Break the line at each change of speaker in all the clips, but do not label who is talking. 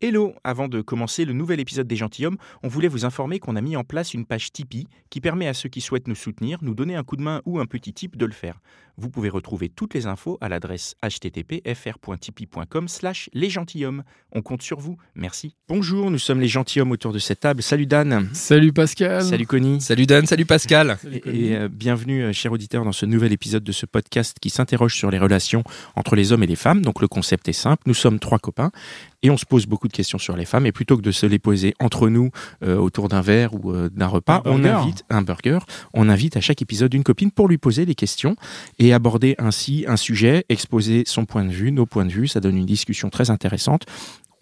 Hello Avant de commencer le nouvel épisode des Gentilhommes, on voulait vous informer qu'on a mis en place une page Tipeee qui permet à ceux qui souhaitent nous soutenir, nous donner un coup de main ou un petit tip de le faire. Vous pouvez retrouver toutes les infos à l'adresse http://fr.tipeee.com slash lesgentilhommes. On compte sur vous, merci. Bonjour, nous sommes les Gentilhommes autour de cette table. Salut Dan
Salut Pascal.
Salut Connie
Salut Dan, salut Pascal.
Salut Colin.
Et euh, bienvenue, euh, chers auditeurs, dans ce nouvel épisode de ce podcast qui s'interroge sur les relations entre les hommes et les femmes. Donc le concept est simple, nous sommes trois copains et on se pose beaucoup de questions sur les femmes. Et plutôt que de se les poser entre nous euh, autour d'un verre ou euh, d'un repas,
Un
on
burger.
invite un burger, on invite à chaque épisode une copine pour lui poser des questions et aborder ainsi un sujet, exposer son point de vue, nos points de vue. Ça donne une discussion très intéressante.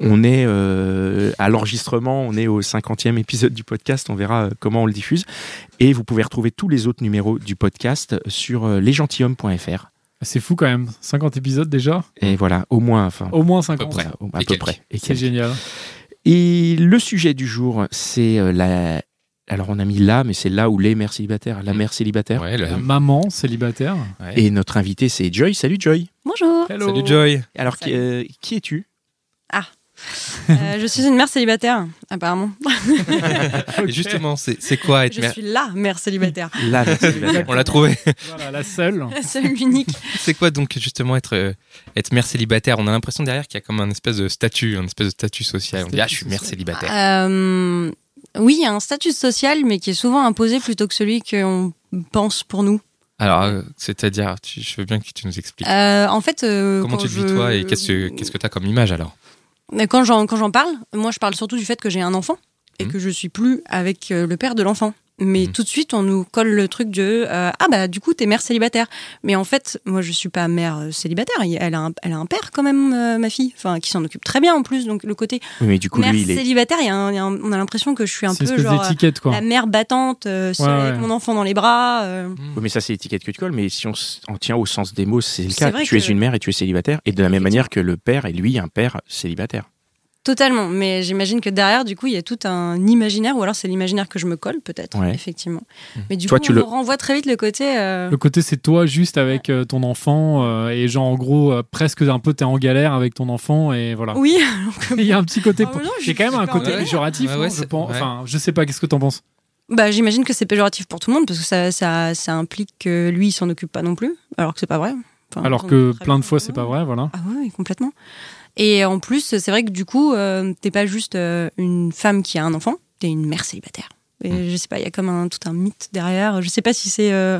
On est euh, à l'enregistrement, on est au 50e épisode du podcast, on verra euh, comment on le diffuse. Et vous pouvez retrouver tous les autres numéros du podcast sur euh, lesgentilhommes.fr.
C'est fou quand même. 50 épisodes déjà
Et voilà, au moins, enfin,
Au moins 50.
près.
à
Et
peu
quelques.
près. Et
C'est
quelques.
génial.
Et le sujet du jour, c'est euh, la. Alors on a mis là, mais c'est là où les mères célibataires, la mère célibataire.
Ouais, le-
La maman célibataire.
Mm. ouais.
Et notre invité, c'est Joy. Salut Joy.
Bonjour.
Hello.
Salut Joy.
Alors qui,
Salut.
euh, qui es-tu
Euh, je suis une mère célibataire, apparemment.
Et justement, c'est c'est quoi être
Je
mère
suis la mère célibataire,
La mère célibataire.
On l'a trouvé.
Voilà, la seule.
la seule unique.
c'est quoi donc justement être, euh, être mère célibataire On a l'impression derrière qu'il y a comme un espèce de statut, un espèce de statut social. On dit
Statut
ah je suis mère célibataire.
Euh, oui, il y a un statut social, mais qui est souvent imposé plutôt que celui qu'on pense pour nous.
Alors euh, c'est-à-dire, tu- je veux bien que tu nous expliques.
Euh, en fait, euh,
Comment
quand
tu te
je-
vis toi et qu'est-ce que qu'est-ce que t'as comme image alors
Mais Quand j'en quand j'en parle, moi, je parle surtout du fait que j'ai un enfant et
Mhm.
que je suis plus avec euh, le père de l'enfant. Mais
Mhm.
tout de suite, on nous colle le truc de euh, ah bah du coup t'es mère célibataire. Mais en fait, moi je suis pas mère euh, célibataire. Il- Elle a un, elle a un père quand même, euh, ma fille. Enfin, qui s'en occupe très bien en plus. Donc le côté
Oui, mais du coup,
mère
lui, il est.
célibataire, il y a un- il y a un- on a l'impression que je suis un
C'est une
peu
espèce
genre euh,
d'étiquette quoi.
la mère battante, euh, seule
Ouais, ouais.
avec mon enfant dans les bras. euh.
Oui, mais ça, c'est l'étiquette que tu colles. Mais si on s- en tient au sens des mots, c'est le
C'est
cas.
vrai
Tu es
que-
une mère et tu es célibataire. Et de la même manière que le père est lui un père célibataire.
Totalement, mais j'imagine que derrière, du coup, il y a tout un imaginaire, ou alors c'est l'imaginaire que je me colle, peut-être,
Ouais.
effectivement. Mais du
Toi,
coup,
tu
on
le-
me renvoie très vite le côté. euh,
Hmm. Le côté c'est toi juste avec euh, ton enfant euh, et genre en gros euh, presque un peu t'es en galère avec ton enfant et voilà.
Oui,
Il y a un petit côté.
Ah, mais non, je
J'ai quand même
suis
un
pas
côté
en galère.
péjoratif.
Ouais,
non,
ouais,
je
c'est-
pense.
ouais.
Enfin, je sais pas. Qu'est-ce que t'en penses
bah, j'imagine que c'est péjoratif pour tout le monde, parce que ça, ça, ça implique que lui, il s'en occupe pas non plus, alors que c'est pas vrai. Enfin,
Alors
on
que
s'en occupe
plein de
très
fois
bien.
c'est pas vrai, voilà.
Ah oui, complètement. Et en plus, c'est vrai que du coup, euh, t'es pas juste euh, une femme qui a un enfant, t'es une mère célibataire. Et
Hmm.
je sais pas, il y a comme un, tout un mythe derrière. Je sais pas si c'est. euh,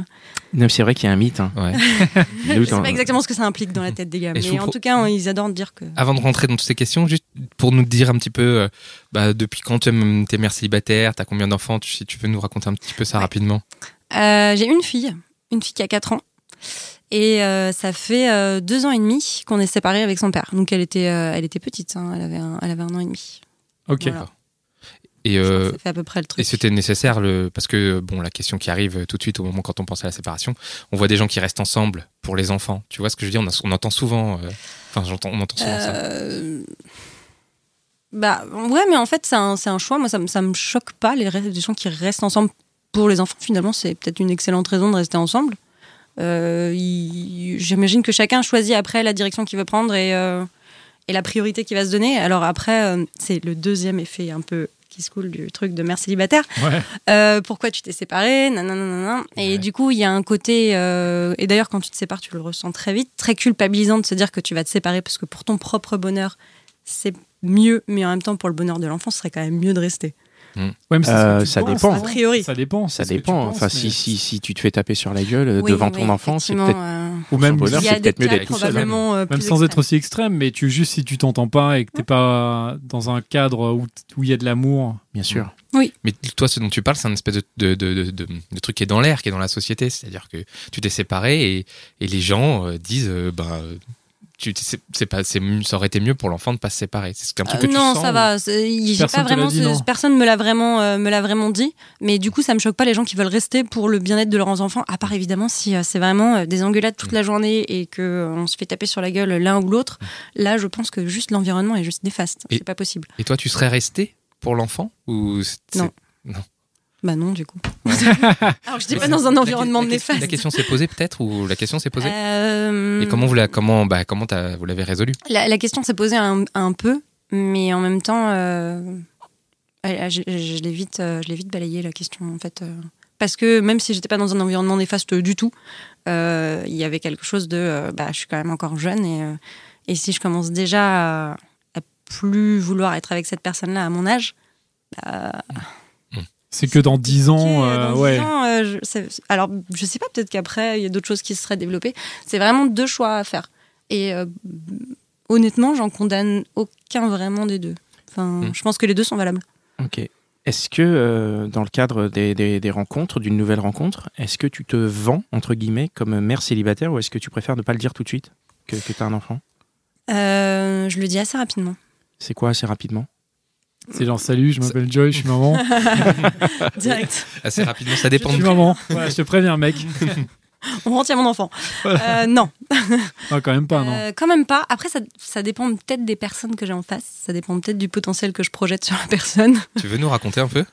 Non, mais c'est vrai qu'il y a un mythe. hein.
Ouais.
Nous,
Je sais
dans-
pas exactement ce que ça implique dans la tête des gars.
Et je vous
Mais en
pro-
tout cas, on- ils adorent dire que.
Avant de rentrer dans toutes ces questions, juste pour nous dire un petit peu, euh, bah, depuis quand tu es t'es mère célibataire, t'as combien d'enfants, tu, si tu peux nous raconter un petit peu ça
Ouais.
rapidement.
Euh, J'ai une fille, une fille qui a 4 ans. Et euh, ça fait euh, deux ans et demi qu'on est séparés avec son père. Donc elle était, euh, elle était petite, hein, elle, avait un, elle avait un an et demi.
Ok.
Voilà.
Et
Je crois
euh,
que ça fait à peu près le truc.
Et c'était nécessaire le... parce que bon la question qui arrive euh, tout de suite au moment quand on pense à la séparation, on voit des gens qui restent ensemble pour les enfants. Tu vois ce que je veux dire on, a- on entend souvent, euh, enfin j'entends, on entend souvent ça.
Euh, Bah ouais, mais en fait, c'est un, c'est un choix. Moi, ça, me- ça me choque pas les, restes- les gens qui restent ensemble pour les enfants. Finalement, c'est peut-être une excellente raison de rester ensemble. Euh, il- J'imagine que chacun choisit après la direction qu'il veut prendre et, euh, et la priorité qu'il va se donner. Alors après, euh, c'est le deuxième effet un peu qui se coule du truc de mère célibataire.
Ouais.
Euh, pourquoi tu t'es séparé nananana. Et
Ouais.
du coup, il y a un côté. euh, et d'ailleurs, quand tu te sépares, tu le ressens très vite. Très culpabilisant de se dire que tu vas te séparer parce que pour ton propre bonheur, c'est mieux. Mais en même temps, pour le bonheur de l'enfant, ce serait quand même mieux de rester.
Ouais, mais c'est ce que
Euh,
tu
ça
penses,
dépend.
hein.
A priori.
Ça dépend.
Ça
c'est ce que tu
dépend.
penses,
Enfin,
mais-
si, si, si tu te fais taper sur la gueule euh,
Oui,
devant
oui,
ton enfant, c'est
effectivement,
peut-être.
euh,
Ou même
Son
juste-
bonheur,
il y a
c'est
des
peut-être mieux
cas
d'être tout seul.
probablement, euh,
Même
plus
sans être
extrêmes.
aussi extrême, mais tu juste si tu t'entends pas et que t'es pas dans un cadre où t- où il y a de l'amour.
Bien sûr.
Mais toi ce dont tu parles c'est un espèce de, de, de, de- de- de truc qui est dans l'air, qui est dans la société. C'est-à-dire que tu t'es séparé et, et les gens euh, disent euh, ben, tu c'est c'est pas c'est ça aurait été mieux pour l'enfant de pas se séparer c'est un truc que
Euh, non,
tu sens
ça
ou-
va. c'est- il- j'ai
Personne
pas
te l'a
vraiment
dit,
ce-
non.
personne me l'a vraiment, euh, me l'a vraiment dit. Mais du coup, ça me choque pas les gens qui veulent rester pour le bien-être de leurs enfants. À part évidemment si euh, c'est vraiment euh, des engueulades
Mm.
toute la journée et que euh, on se fait taper sur la gueule l'un ou l'autre. Là, je pense que juste l'environnement est juste néfaste.
Mm. Et-
C'est pas possible.
et toi tu serais resté pour l'enfant ou c'est- c'est-
Non. Bah non, du coup. Alors je dis pas dans un
La-
environnement
la- la-
néfaste.
la question s'est posée peut-être ou la question s'est posée
Euh,
et comment vous la comment bah comment t'as- vous l'avez résolue
La, la question s'est posée un, un peu, mais en même temps, euh, elle- je, je- je l'ai vite, euh, je l'ai vite balayée la question en fait, euh, parce que même si j'étais pas dans un environnement néfaste du tout, euh, il y avait quelque chose de, euh, bah, je suis quand même encore jeune et, euh, et si je commence déjà à, à plus vouloir être avec cette personne-là à mon âge,
C'est que dans 10 ans,
Ok,
euh,
dans dix
ouais.
ans, euh, je- c'est- alors, je sais pas, peut-être qu'après, il y a d'autres choses qui se seraient développées. C'est vraiment deux choix à faire. Et euh, honnêtement, j'en condamne aucun vraiment des deux. Enfin,
Hmm.
je pense que les deux sont valables.
Mm. Ok. Est-ce que, euh, dans le cadre des, des- des rencontres, d'une nouvelle rencontre, est-ce que tu te vends, entre guillemets, comme mère célibataire ou est-ce que tu préfères ne pas le dire tout de suite que, que tu as un enfant
Euh, je le dis assez rapidement.
C'est quoi assez rapidement
C'est genre, salut, je m'appelle Joy, je suis maman.
Direct.
assez rapidement ça
je
dépend
suis
de-
maman. Voilà, je te préviens, mec.
On rentre à mon enfant. Euh, non.
Non, quand même pas, non.
Euh, quand même pas. Après, ça, ça dépend peut-être des personnes que j'ai en face. Ça dépend peut-être du potentiel que je projette sur la personne.
tu veux nous raconter un peu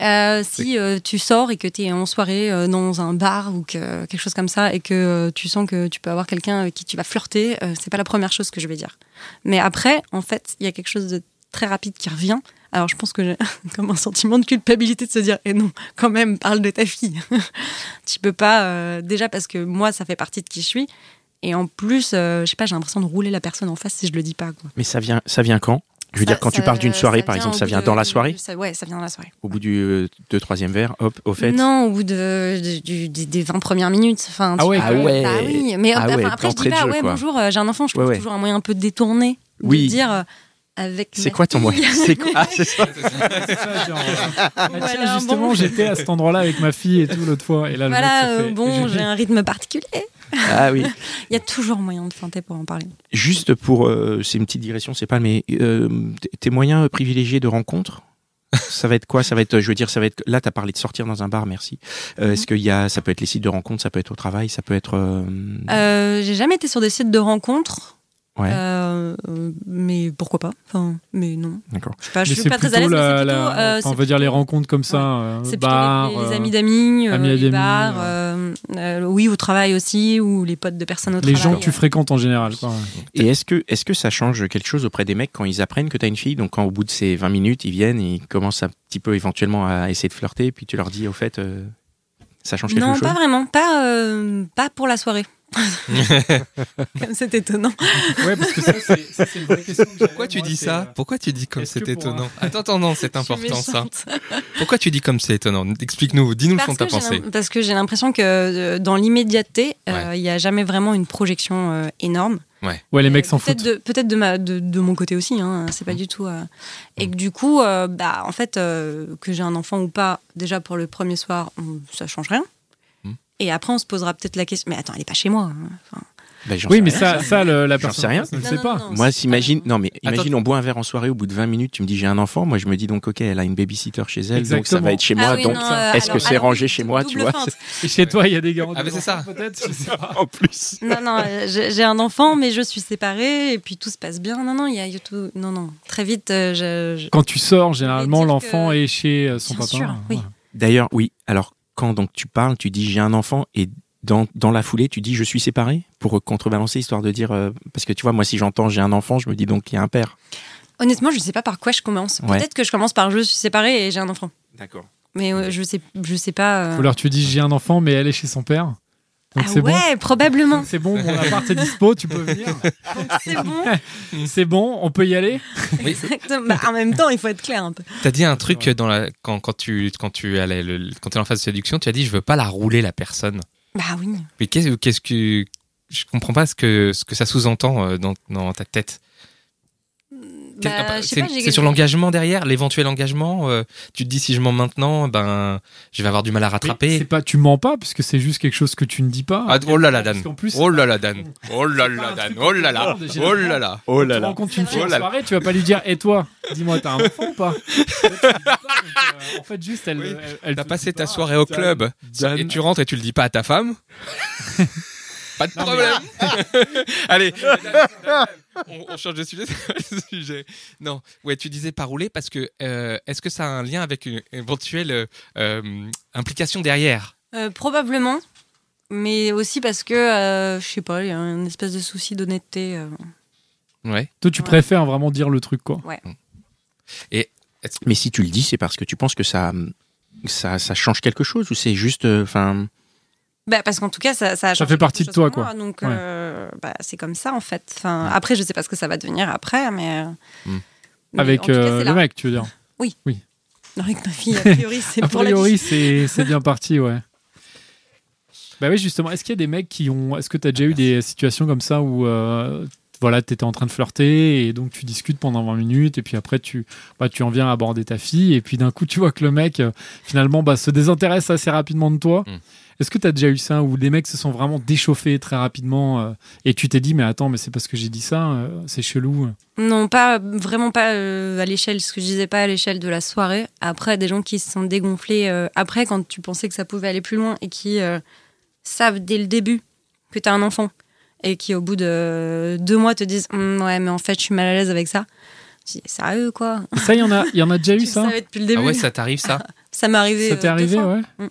Euh, si euh, tu sors et que tu es en soirée euh, dans un bar ou que, quelque chose comme ça et que euh, tu sens que tu peux avoir quelqu'un avec qui tu vas flirter, euh, c'est pas la première chose que je vais dire. Mais après, en fait, il y a quelque chose de très rapide qui revient. Alors je pense que j'ai comme un sentiment de culpabilité de se dire, eh non, quand même, parle de ta fille. tu peux pas, euh, déjà parce que moi, ça fait partie de qui je suis. Et en plus, euh, je sais pas, j'ai l'impression de rouler la personne en face si je le dis pas. Quoi.
Mais ça vient, ça vient quand Je veux
Ça-
dire, quand tu
ça-
parles d'une soirée,
ça
par
vient
exemple,
au
ça
bout
vient
de-
dans la soirée,
ça- Ouais, ça vient dans la soirée.
au bout du euh, deux, troisième verre, hop, au fait
Non, au bout de, de- du- des, des 20 premières minutes. Enfin, tu
Ah ouais,
vois,
ah ouais.
bah oui. Mais
Ah
enfin,
ouais,
après, je
d'entrée
dis
de
pas,
jeu,
ouais,
quoi.
bonjour, euh, j'ai un enfant, je trouve
Ouais, ouais.
toujours un moyen un peu détourné de
Oui.
dire euh, avec.
C'est
ma
quoi ton moyen
fille.
C'est quoi Ah, c'est ça
C'est ça, genre, euh, ah, tiens,
Voilà,
justement,
bon.
j'étais à cet endroit-là avec ma fille et tout l'autre fois. Et là, le mec
Voilà,
se
euh,
fait-
bon, j'ai un rythme particulier.
Ah oui.
Il y a toujours moyen de feinter pour en parler.
Juste pour, euh, c'est une petite digression, c'est pas, mais euh, t- tes moyens euh, privilégiés de rencontre ça va être quoi Ça va être, euh, je veux dire, ça va être. Là, tu as parlé de sortir dans un bar, merci. Euh,
Mhm.
Est-ce qu'il y a, ça peut être les sites de rencontre, ça peut être au travail, ça peut être. euh,
Euh, j'ai jamais été sur des sites de rencontres,
ouais,
euh, euh, mais pourquoi pas Enfin, mais non.
d'accord.
Je sais pas, je
Mais
suis
c'est
pas très à l'aise.
plutôt
mais
la-
c'est
la-
plutôt, euh,
enfin,
c'est
on va dire les rencontres comme ça. euh,
C'est plutôt
bar,
les, les
euh,
amis d'amis, euh,
amis à
les
d'amis,
bars,
euh.
euh, euh, oui, au travail aussi, ou les potes de personnes au
les
travail.
gens que tu fréquentes en général. quoi.
Et est-ce que, est que ça change quelque chose auprès des mecs quand ils apprennent que tu as une fille Donc, quand au bout de ces 20 minutes, ils viennent, ils commencent un petit peu éventuellement à essayer de flirter, puis tu leur dis, au fait, euh, ça change quelque
non,
chose
pas vraiment, pas, euh, pas pour la soirée. Comme c'est étonnant.
Ouais, parce que ça, c'est une vraie question.
pourquoi tu dis ça pourquoi tu dis comme
euh, est-ce
c'est
que pour un-
étonnant attends attends non c'est
Je suis
important ça
méchante.
pourquoi tu dis comme c'est étonnant explique nous dis nous le fond
Parce
de ta
que, j'ai
pensée
l'im- parce que j'ai l'impression que euh, dans l'immédiateté, euh, il
Ouais.
n'y a jamais vraiment une projection euh, énorme.
Ouais, les mecs
Euh,
s'en
peut-être
foutent.
de- Peut-être de, ma- de, de mon côté aussi, hein, c'est pas du tout. euh, Et que du coup, euh, bah, en fait, euh, que j'ai un enfant ou pas, déjà pour le premier soir, on- ça change rien.
Hmm.
Mm.
Et après, on se posera peut-être la question. Mais attends, elle est pas chez moi. hein. Enfin,
Ben, j'en
Oui,
sais
mais
rien.
ça, ça le- la
J'en
personne
sais rien.
ne le
Non,
sait
non,
pas.
non, non,
Moi,
c'est
s'imagine,
pas-
non, mais
Attends.
imagine, on boit un verre en soirée, au bout de 20 minutes, tu me dis j'ai un enfant. Moi, je me dis donc, ok, elle a une babysitter chez elle, donc ça
Exactement.
va être chez
Ah
moi.
oui,
donc,
non, euh,
est-ce que
alors-
c'est
alors,
rangé chez moi, tu vois
double feinte.
Et chez toi, il y a des garants.
Ah, mais c'est ça.
Peut-être, je sais pas.
En plus.
Non, non, euh, j'ai j'ai un enfant, mais je suis séparée, et puis tout se passe bien. Non, non, il y a il y a tout. Non, non, très vite, euh, je. je-
Quand tu sors, généralement,
dire que-
l'enfant est chez euh, son
Bien
papa.
sûr, oui.
Ouais.
D'ailleurs, oui. Alors, quand donc tu parles, tu dis j'ai un enfant et dans, dans la foulée, tu dis je suis séparé pour contrebalancer, histoire de dire. euh, parce que tu vois, moi, si j'entends j'ai un enfant, je me dis donc qu'il y a un père.
Honnêtement, je ne sais pas par quoi je commence.
Ouais.
Peut-être que je commence par je suis séparée et j'ai un enfant.
D'accord.
Mais euh, je sais, je sais pas. euh,
Ou alors tu dis j'ai un enfant, mais elle est chez son père. Donc
Ah
c'est bon.
ouais, probablement.
C'est bon, mon appart est dispo, tu peux venir.
C'est bon.
C'est bon, on peut y aller.
Oui.
Exactement. Bah, en même temps, il faut être clair un peu.
T'as dit un truc dans la quand, quand tu quand tu allais le- quand t'es en phase de séduction, tu as dit je veux pas la rouler la personne.
Bah oui.
Mais qu'est-ce qu'est-ce que je comprends pas ce que ce que ça sous-entend euh, dans, dans ta tête. T'es-
Bah,
ah,
je sais
c'est
pas, j'ai-
c'est sur l'engagement derrière, l'éventuel engagement. euh, tu te dis si je mens maintenant, ben je vais avoir du mal à
Mais
rattraper.
C'est pas, tu mens pas, parce que c'est juste quelque chose que tu ne dis pas.
Ah, oh là là,
Parce
Dan.
qu'en plus,
Oh là là, Dan. Oh là
pas
là,
un
Dan.
truc
Oh là là.
qu'on demande,
Oh là là.
Oh là
tu
là.
rencontres une fille
Oh
en
là là.
soirée, tu vas pas lui dire Et toi Dis-moi, t'as un enfant ou pas Tu lui dis pas, donc, euh, En fait, juste, elle.
Oui.
elle- elle
T'as
te
passé
dit
ta
pas.
soirée au
Dan,
club
Dan.
et tu rentres et tu le dis pas à ta femme. pas de
Non, mais-
problème. Allez, on, on change de sujet. c'est pas le sujet. Non, ouais, tu disais pas rouler parce que euh, est-ce que ça a un lien avec une éventuelle euh, euh, implication derrière
Euh, probablement, mais aussi parce que, euh, je sais pas, il y a un espèce de souci d'honnêteté. euh.
Ouais.
Toi, tu
Ouais.
préfères vraiment dire le truc, quoi.
Mais si tu le dis, c'est parce que tu penses que ça, ça, ça change quelque chose ou c'est juste. euh, Enfin,
Bah, parce qu'en tout cas, ça, ça, a changé
fait partie
quelque
de
chose
toi,
pour moi, donc,
Ouais.
euh, bah, c'est comme ça, en fait. Enfin, Après, je sais pas ce que ça va devenir après, mais. euh,
Mm.
mais en
Hmm. Avec
tout cas,
euh,
c'est
le
là.
mec, tu veux dire.
Avec ma fille, a priori, c'est
A
pour la vie.
priori, c'est c'est bien parti, ouais. Bah oui, justement, est-ce qu'il y a des mecs qui ont. Est-ce que tu as déjà eu des situations comme ça où. euh, voilà, tu étais en train de flirter et donc tu discutes pendant 20 minutes et puis après tu, bah, tu en viens à aborder ta fille et puis d'un coup tu vois que le mec euh, finalement bah, se désintéresse assez rapidement de toi.
Mm.
Est-ce que tu as déjà eu ça où les mecs se sont vraiment déchauffés très rapidement euh, et tu t'es dit mais attends mais c'est parce que j'ai dit ça, euh, c'est chelou.
Non, pas vraiment pas euh, à l'échelle, ce que je disais pas à l'échelle de la soirée. Après, des gens qui se sont dégonflés euh, après quand tu pensais que ça pouvait aller plus loin et qui euh, savent dès le début que tu as un enfant et qui au bout de euh, deux mois te disent Hum, ouais mais en fait je suis mal à l'aise avec ça. Je dis sérieux quoi.
Ça, il y en a, il y en a déjà
Tu
eu
le
ça.
savais depuis le début.
Ah ouais,
ça
ça t'arrive ça
m'est arrivé.
Ça
euh,
t'est
deux
arrivé,
fois.
ouais.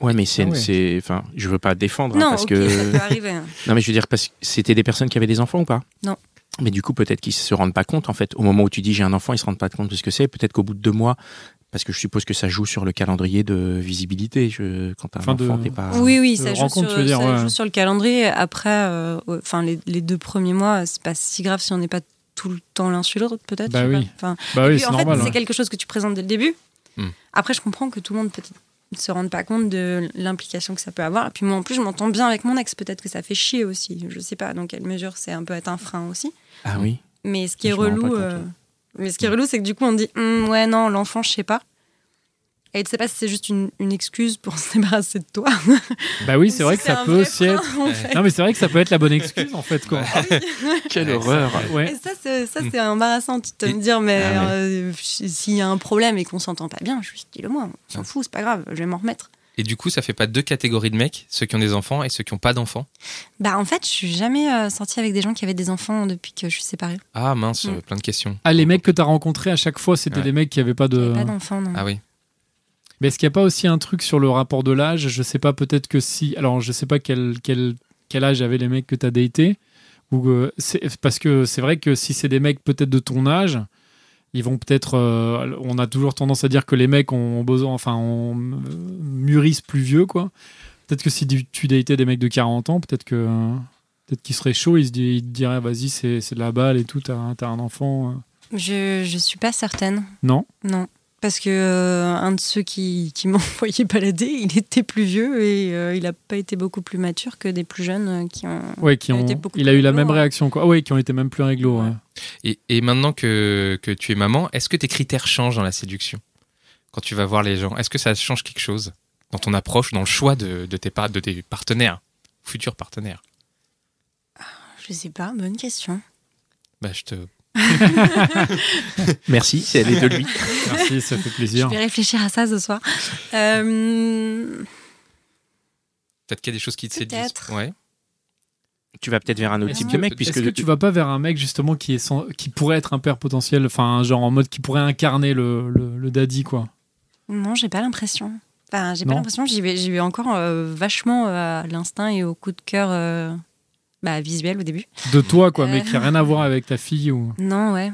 ouais, mais c'est.
Ah ouais.
c'est- Enfin, je veux pas défendre hein,
Non,
parce
ok, ça hein.
que.
peut arriver.
Non, mais je veux dire, parce que c'était des personnes qui avaient des enfants ou pas
Non.
Mais du coup, peut-être qu'ils se rendent pas compte, en fait. Au moment où tu dis j'ai un enfant, ils se rendent pas compte de ce que c'est. Peut-être qu'au bout de deux mois, parce que je suppose que ça joue sur le calendrier de visibilité. Je... Quand t'as un
Enfin, de-
enfant, t'es pas.
Oui, oui,
de
ça, joue
Ah, rencontre,
sur,
tu veux dire,
ça
ouais.
joue sur le calendrier. Après, euh, ouais, enfin, les, les deux premiers mois, c'est pas si grave si on n'est pas tout le temps l'un sur l'autre, peut-être.
Bah
je sais
oui.
pas. Enfin,
Bah oui,
puis,
c'est
en fait,
normal.
c'est
ouais.
quelque chose que tu présentes dès le début.
Hmm.
Après, je comprends que tout le monde peut ne se rende pas compte de l'implication que ça peut avoir. Et puis moi, en plus, je m'entends bien avec mon ex. Peut-être que ça fait chier aussi. Je sais pas dans quelle mesure c'est un peu être un frein aussi.
Ah oui.
Mais ce qui est
Je me rends pas
relou,
compte,
euh,
ouais.
mais ce qui est relou, c'est que du coup, on dit Hum, ouais, non, l'enfant, je sais pas. Et tu sais pas si c'est juste une, une excuse pour se débarrasser de toi.
Bah oui,
Ou si
c'est vrai que ça
un
peut
vrai
aussi être.
frein, en fait.
Non, mais c'est vrai que ça peut être la bonne excuse en fait, quoi.
Quelle
Ouais,
horreur.
Ouais.
Et ça, c'est, ça, c'est embarrassant. Tu te me dire, mais
Ah ouais.
euh, si- s'il y a un problème et qu'on s'entend pas bien, je lui dis le moi, on s'en fout, c'est pas grave, je vais m'en remettre.
Et du coup, ça fait pas deux catégories de mecs, ceux qui ont des enfants et ceux qui ont pas d'enfants.
Bah, en fait, je suis jamais euh, sortie avec des gens qui avaient des enfants depuis que je suis séparée.
Ah mince,
Mm.
euh, plein de questions.
Ah, les mecs que t'as rencontrés à chaque fois, c'était
Ouais.
des mecs qui avaient pas
J'avais
de.
Pas d'enfants,
Hmm.
non.
Ah oui.
Mais est-ce qu'il n'y a pas aussi un truc sur le rapport de l'âge Je sais pas, peut-être que si. Alors, je sais pas quel, quel, quel âge avaient les mecs que t'as daté. Ou, euh, c'est- parce que c'est vrai que si c'est des mecs peut-être de ton âge, ils vont peut-être. euh, on a toujours tendance à dire que les mecs ont besoin. Enfin, on mûrissent plus vieux, quoi. Peut-être que si tu tu datais des mecs de 40 ans, peut-être que. Peut-être qu'ils seraient chauds, ils se di- ils te diraient vas-y, c'est c'est de la balle et tout, t'as t'as un enfant. euh.
Je, je suis pas certaine.
Non
Non. Parce que euh, un de ceux qui, qui m'envoyait balader, il était plus vieux et euh, il a pas été beaucoup plus mature que des plus jeunes euh, qui ont.
Ouais, qui
Il a
ont.
été beaucoup
Il a
plus
eu la
réglo,
même
ouais.
réaction, quoi. Ah ouais, qui ont été même plus réglo, ouais.
Ouais.
Et, et maintenant que, que tu es maman, est-ce que tes critères changent dans la séduction Quand tu vas voir les gens, est-ce que ça change quelque chose dans ton approche, dans le choix de, de tes, par- de tes partenaires, futurs partenaires
Je sais pas, bonne question.
bah, je te...
Merci, c'est elle est de lui.
Merci, ça fait plaisir.
Je vais réfléchir à ça ce soir. Euh,
Peut-être qu'il y a des choses qui te séduisent.
Peut-être.
Ouais.
tu vas peut-être vers un autre
Est-ce
type
que-
de mec,
est-ce
puisque
Est-ce que tu vas pas vers un mec justement qui, est sans- qui pourrait être un père potentiel, enfin genre en mode qui pourrait incarner le, le, le daddy quoi
non, j'ai pas l'impression. Enfin, j'ai pas
Non.
l'impression. J'y vais, j'y vais encore euh, vachement euh, à l'instinct et au coup de cœur euh, bah, visuel au début.
De toi quoi, mais
Euh.
qui a rien à voir avec ta fille ou.
Non, ouais.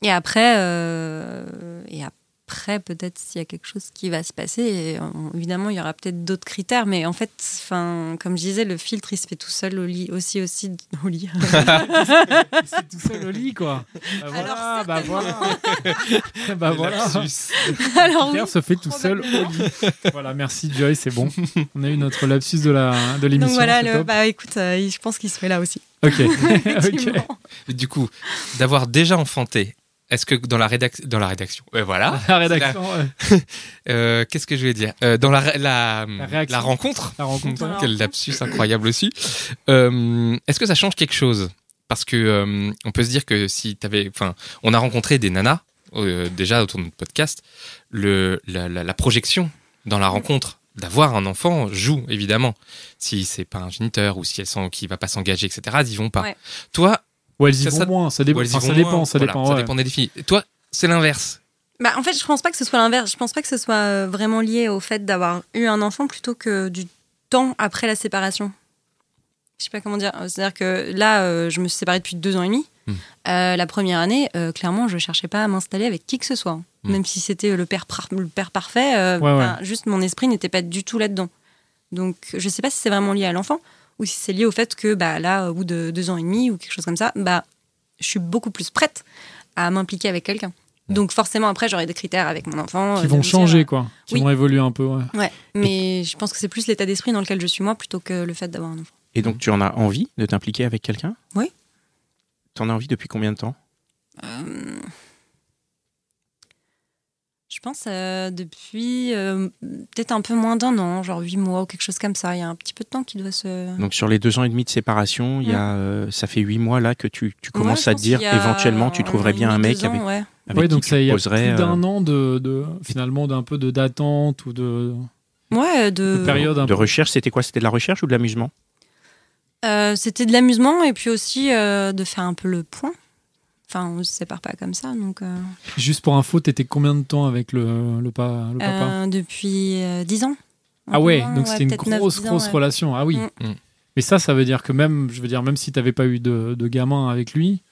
Et après, euh, et après, après, peut-être s'il y a quelque chose qui va se passer. Et, euh, évidemment, il y aura peut-être d'autres critères, mais en fait, enfin, comme je disais, le filtre, il se fait tout seul au lit, aussi, aussi au lit.
C'est tout seul au lit, quoi. Bah voilà,
Alors,
bah voilà. bah voilà.
Lapsus.
Alors, oui,
Pierre se fait tout seul au lit. Voilà, merci Joy, c'est bon. On a eu notre lapsus de la de
donc
l'émission.
voilà,
c'est
le-
top.
bah écoute, euh, il- je pense qu'il se fait là aussi.
Ok. ok.
effectivement.
Du coup, d'avoir déjà enfanté, est-ce que dans la, rédac- dans la rédaction, ouais, voilà,
La rédaction, ouais.
Euh, qu'est-ce que je vais dire Euh, Dans la, ré- la,
réaction.
la rencontre,
la rencontre.
Voilà.
quel lapsus incroyable aussi, Euh, est-ce que ça change quelque chose Parce que euh, on peut se dire que si t'avais, enfin, on a rencontré des nanas euh, déjà autour de notre podcast, le, la, la- la projection dans la rencontre d'avoir un enfant joue évidemment. Si c'est pas un géniteur ou si elle sent qu'il va pas s'engager, etc., ils vont pas.
Ouais.
Toi,
Ou elles y
Ça,
vont
ça-
moins, ça, dé-
ou elles y
enfin, ça
vont
dépend,
moins.
ça
Voilà,
dépend.
Ça
ouais.
dépendait des filles. Et toi, c'est l'inverse.
Bah, en fait, je pense pas que ce soit l'inverse. Je pense pas que ce soit euh, vraiment lié au fait d'avoir eu un enfant plutôt que du temps après la séparation. Je sais pas comment dire. Euh, C'est-à-dire que là, euh, je me suis séparée depuis deux ans et demi.
Hmm.
Euh, la première année, euh, clairement, je cherchais pas à m'installer avec qui que ce soit.
Hmm.
Même si c'était le père, par- le père parfait, euh,
Ouais,
enfin, juste mon esprit n'était pas du tout là-dedans. Donc, je sais pas si c'est vraiment lié à l'enfant ou si c'est lié au fait que bah, là, au bout de deux ans et demi ou quelque chose comme ça, bah, je suis beaucoup plus prête à m'impliquer avec quelqu'un. Donc forcément, après, j'aurai des critères avec mon enfant.
Qui
euh, de
vont
me dire,
changer, quoi. Qui
Oui.
vont évoluer un peu, ouais.
euh, Ouais, mais je pense que c'est plus l'état d'esprit dans lequel je suis moi plutôt que le fait d'avoir un enfant.
Et donc, tu en as envie de t'impliquer avec quelqu'un
Oui.
T'en as envie depuis combien de temps
Euh, Je pense euh, depuis euh, peut-être un peu moins d'un an, genre huit mois ou quelque chose comme ça. Il y a un petit peu de temps qui doit se...
Donc, sur les deux ans et demi de séparation, il y a, euh, ça fait huit mois là que tu, tu
Ouais, je
commences à te
pense
dire
qu'il y a
éventuellement tu
an
trouverais
et
bien un
demi,
mec
deux ans,
avec,
ouais.
avec
ouais, donc
qui
ça
tu
y
te
a
poserais.
plus d'un
euh,
an de, de finalement d'un peu de d'attente ou de
Ouais, de...
de période un
de
peu.
recherche, c'était quoi C'était de la recherche ou de l'amusement
Euh, C'était de l'amusement et puis aussi euh, de faire un peu le point. Enfin, on se sépare pas comme ça, donc... euh,
Juste pour info, t'étais combien de temps avec le, le, pa- le papa
euh, depuis euh, dix ans.
Ah ouais,
Un peu moins,
donc c'était une
peut-être neuf,
grosse,
dix ans,
grosse
ouais.
relation. Ah oui.
Mm. Mm.
Mais ça, ça veut dire que même, je veux dire, même si t'avais pas eu de, de gamin avec lui,